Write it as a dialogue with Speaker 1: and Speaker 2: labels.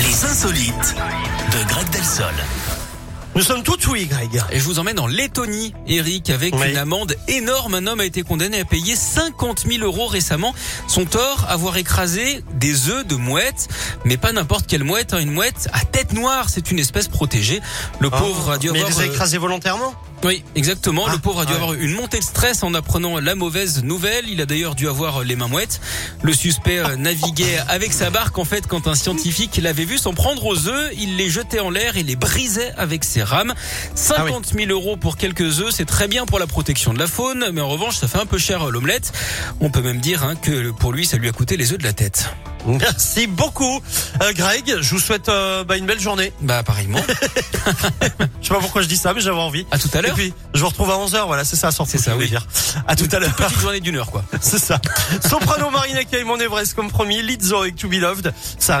Speaker 1: insolite de Greg Delsol.
Speaker 2: Nous sommes tous oui, Greg.
Speaker 3: Et je vous emmène en Lettonie, Eric, avec
Speaker 2: Oui.
Speaker 3: une amende énorme. Un homme a été condamné à payer 50 000 euros récemment. Son tort, avoir écrasé des œufs de mouette, mais pas n'importe quelle mouette, hein, une mouette à tête noire. C'est une espèce protégée. Le pauvre a dû
Speaker 2: Oh, Mais il
Speaker 3: avoir...
Speaker 2: les a
Speaker 3: euh,
Speaker 2: écrasés volontairement
Speaker 3: oui, exactement.
Speaker 2: Ah,
Speaker 3: le pauvre a dû
Speaker 2: ouais.
Speaker 3: avoir une montée de stress en apprenant la mauvaise nouvelle. Il a d'ailleurs dû avoir euh, les mains mouettes. Le suspect euh, naviguait avec sa barque en fait quand un scientifique l'avait vu s'en prendre aux œufs. Il les jetait en l'air et les brisait avec ses rames.
Speaker 2: Ah
Speaker 3: 50 000 euros pour quelques œufs, c'est très bien pour la protection de la faune, mais en revanche, ça fait un peu cher euh, l'omelette. On peut même dire hein, que pour lui, ça lui a coûté les œufs de la tête.
Speaker 2: Merci beaucoup, Euh, Greg. Je vous souhaite euh, bah, une belle journée.
Speaker 3: Bah, apparemment.
Speaker 2: Je sais pas pourquoi je dis ça, mais j'avais envie.
Speaker 3: À tout à
Speaker 2: Et
Speaker 3: l'heure.
Speaker 2: puis, je vous retrouve à 11h, voilà, c'est ça, sans
Speaker 3: C'est
Speaker 2: faute,
Speaker 3: ça,
Speaker 2: je voulais
Speaker 3: oui.
Speaker 2: dire. À tout à l'heure.
Speaker 3: Petite journée d'une heure, quoi.
Speaker 2: C'est ça. Soprano Marina et mon Everest, comme promis. Lizzo avec To Be Loved. Ça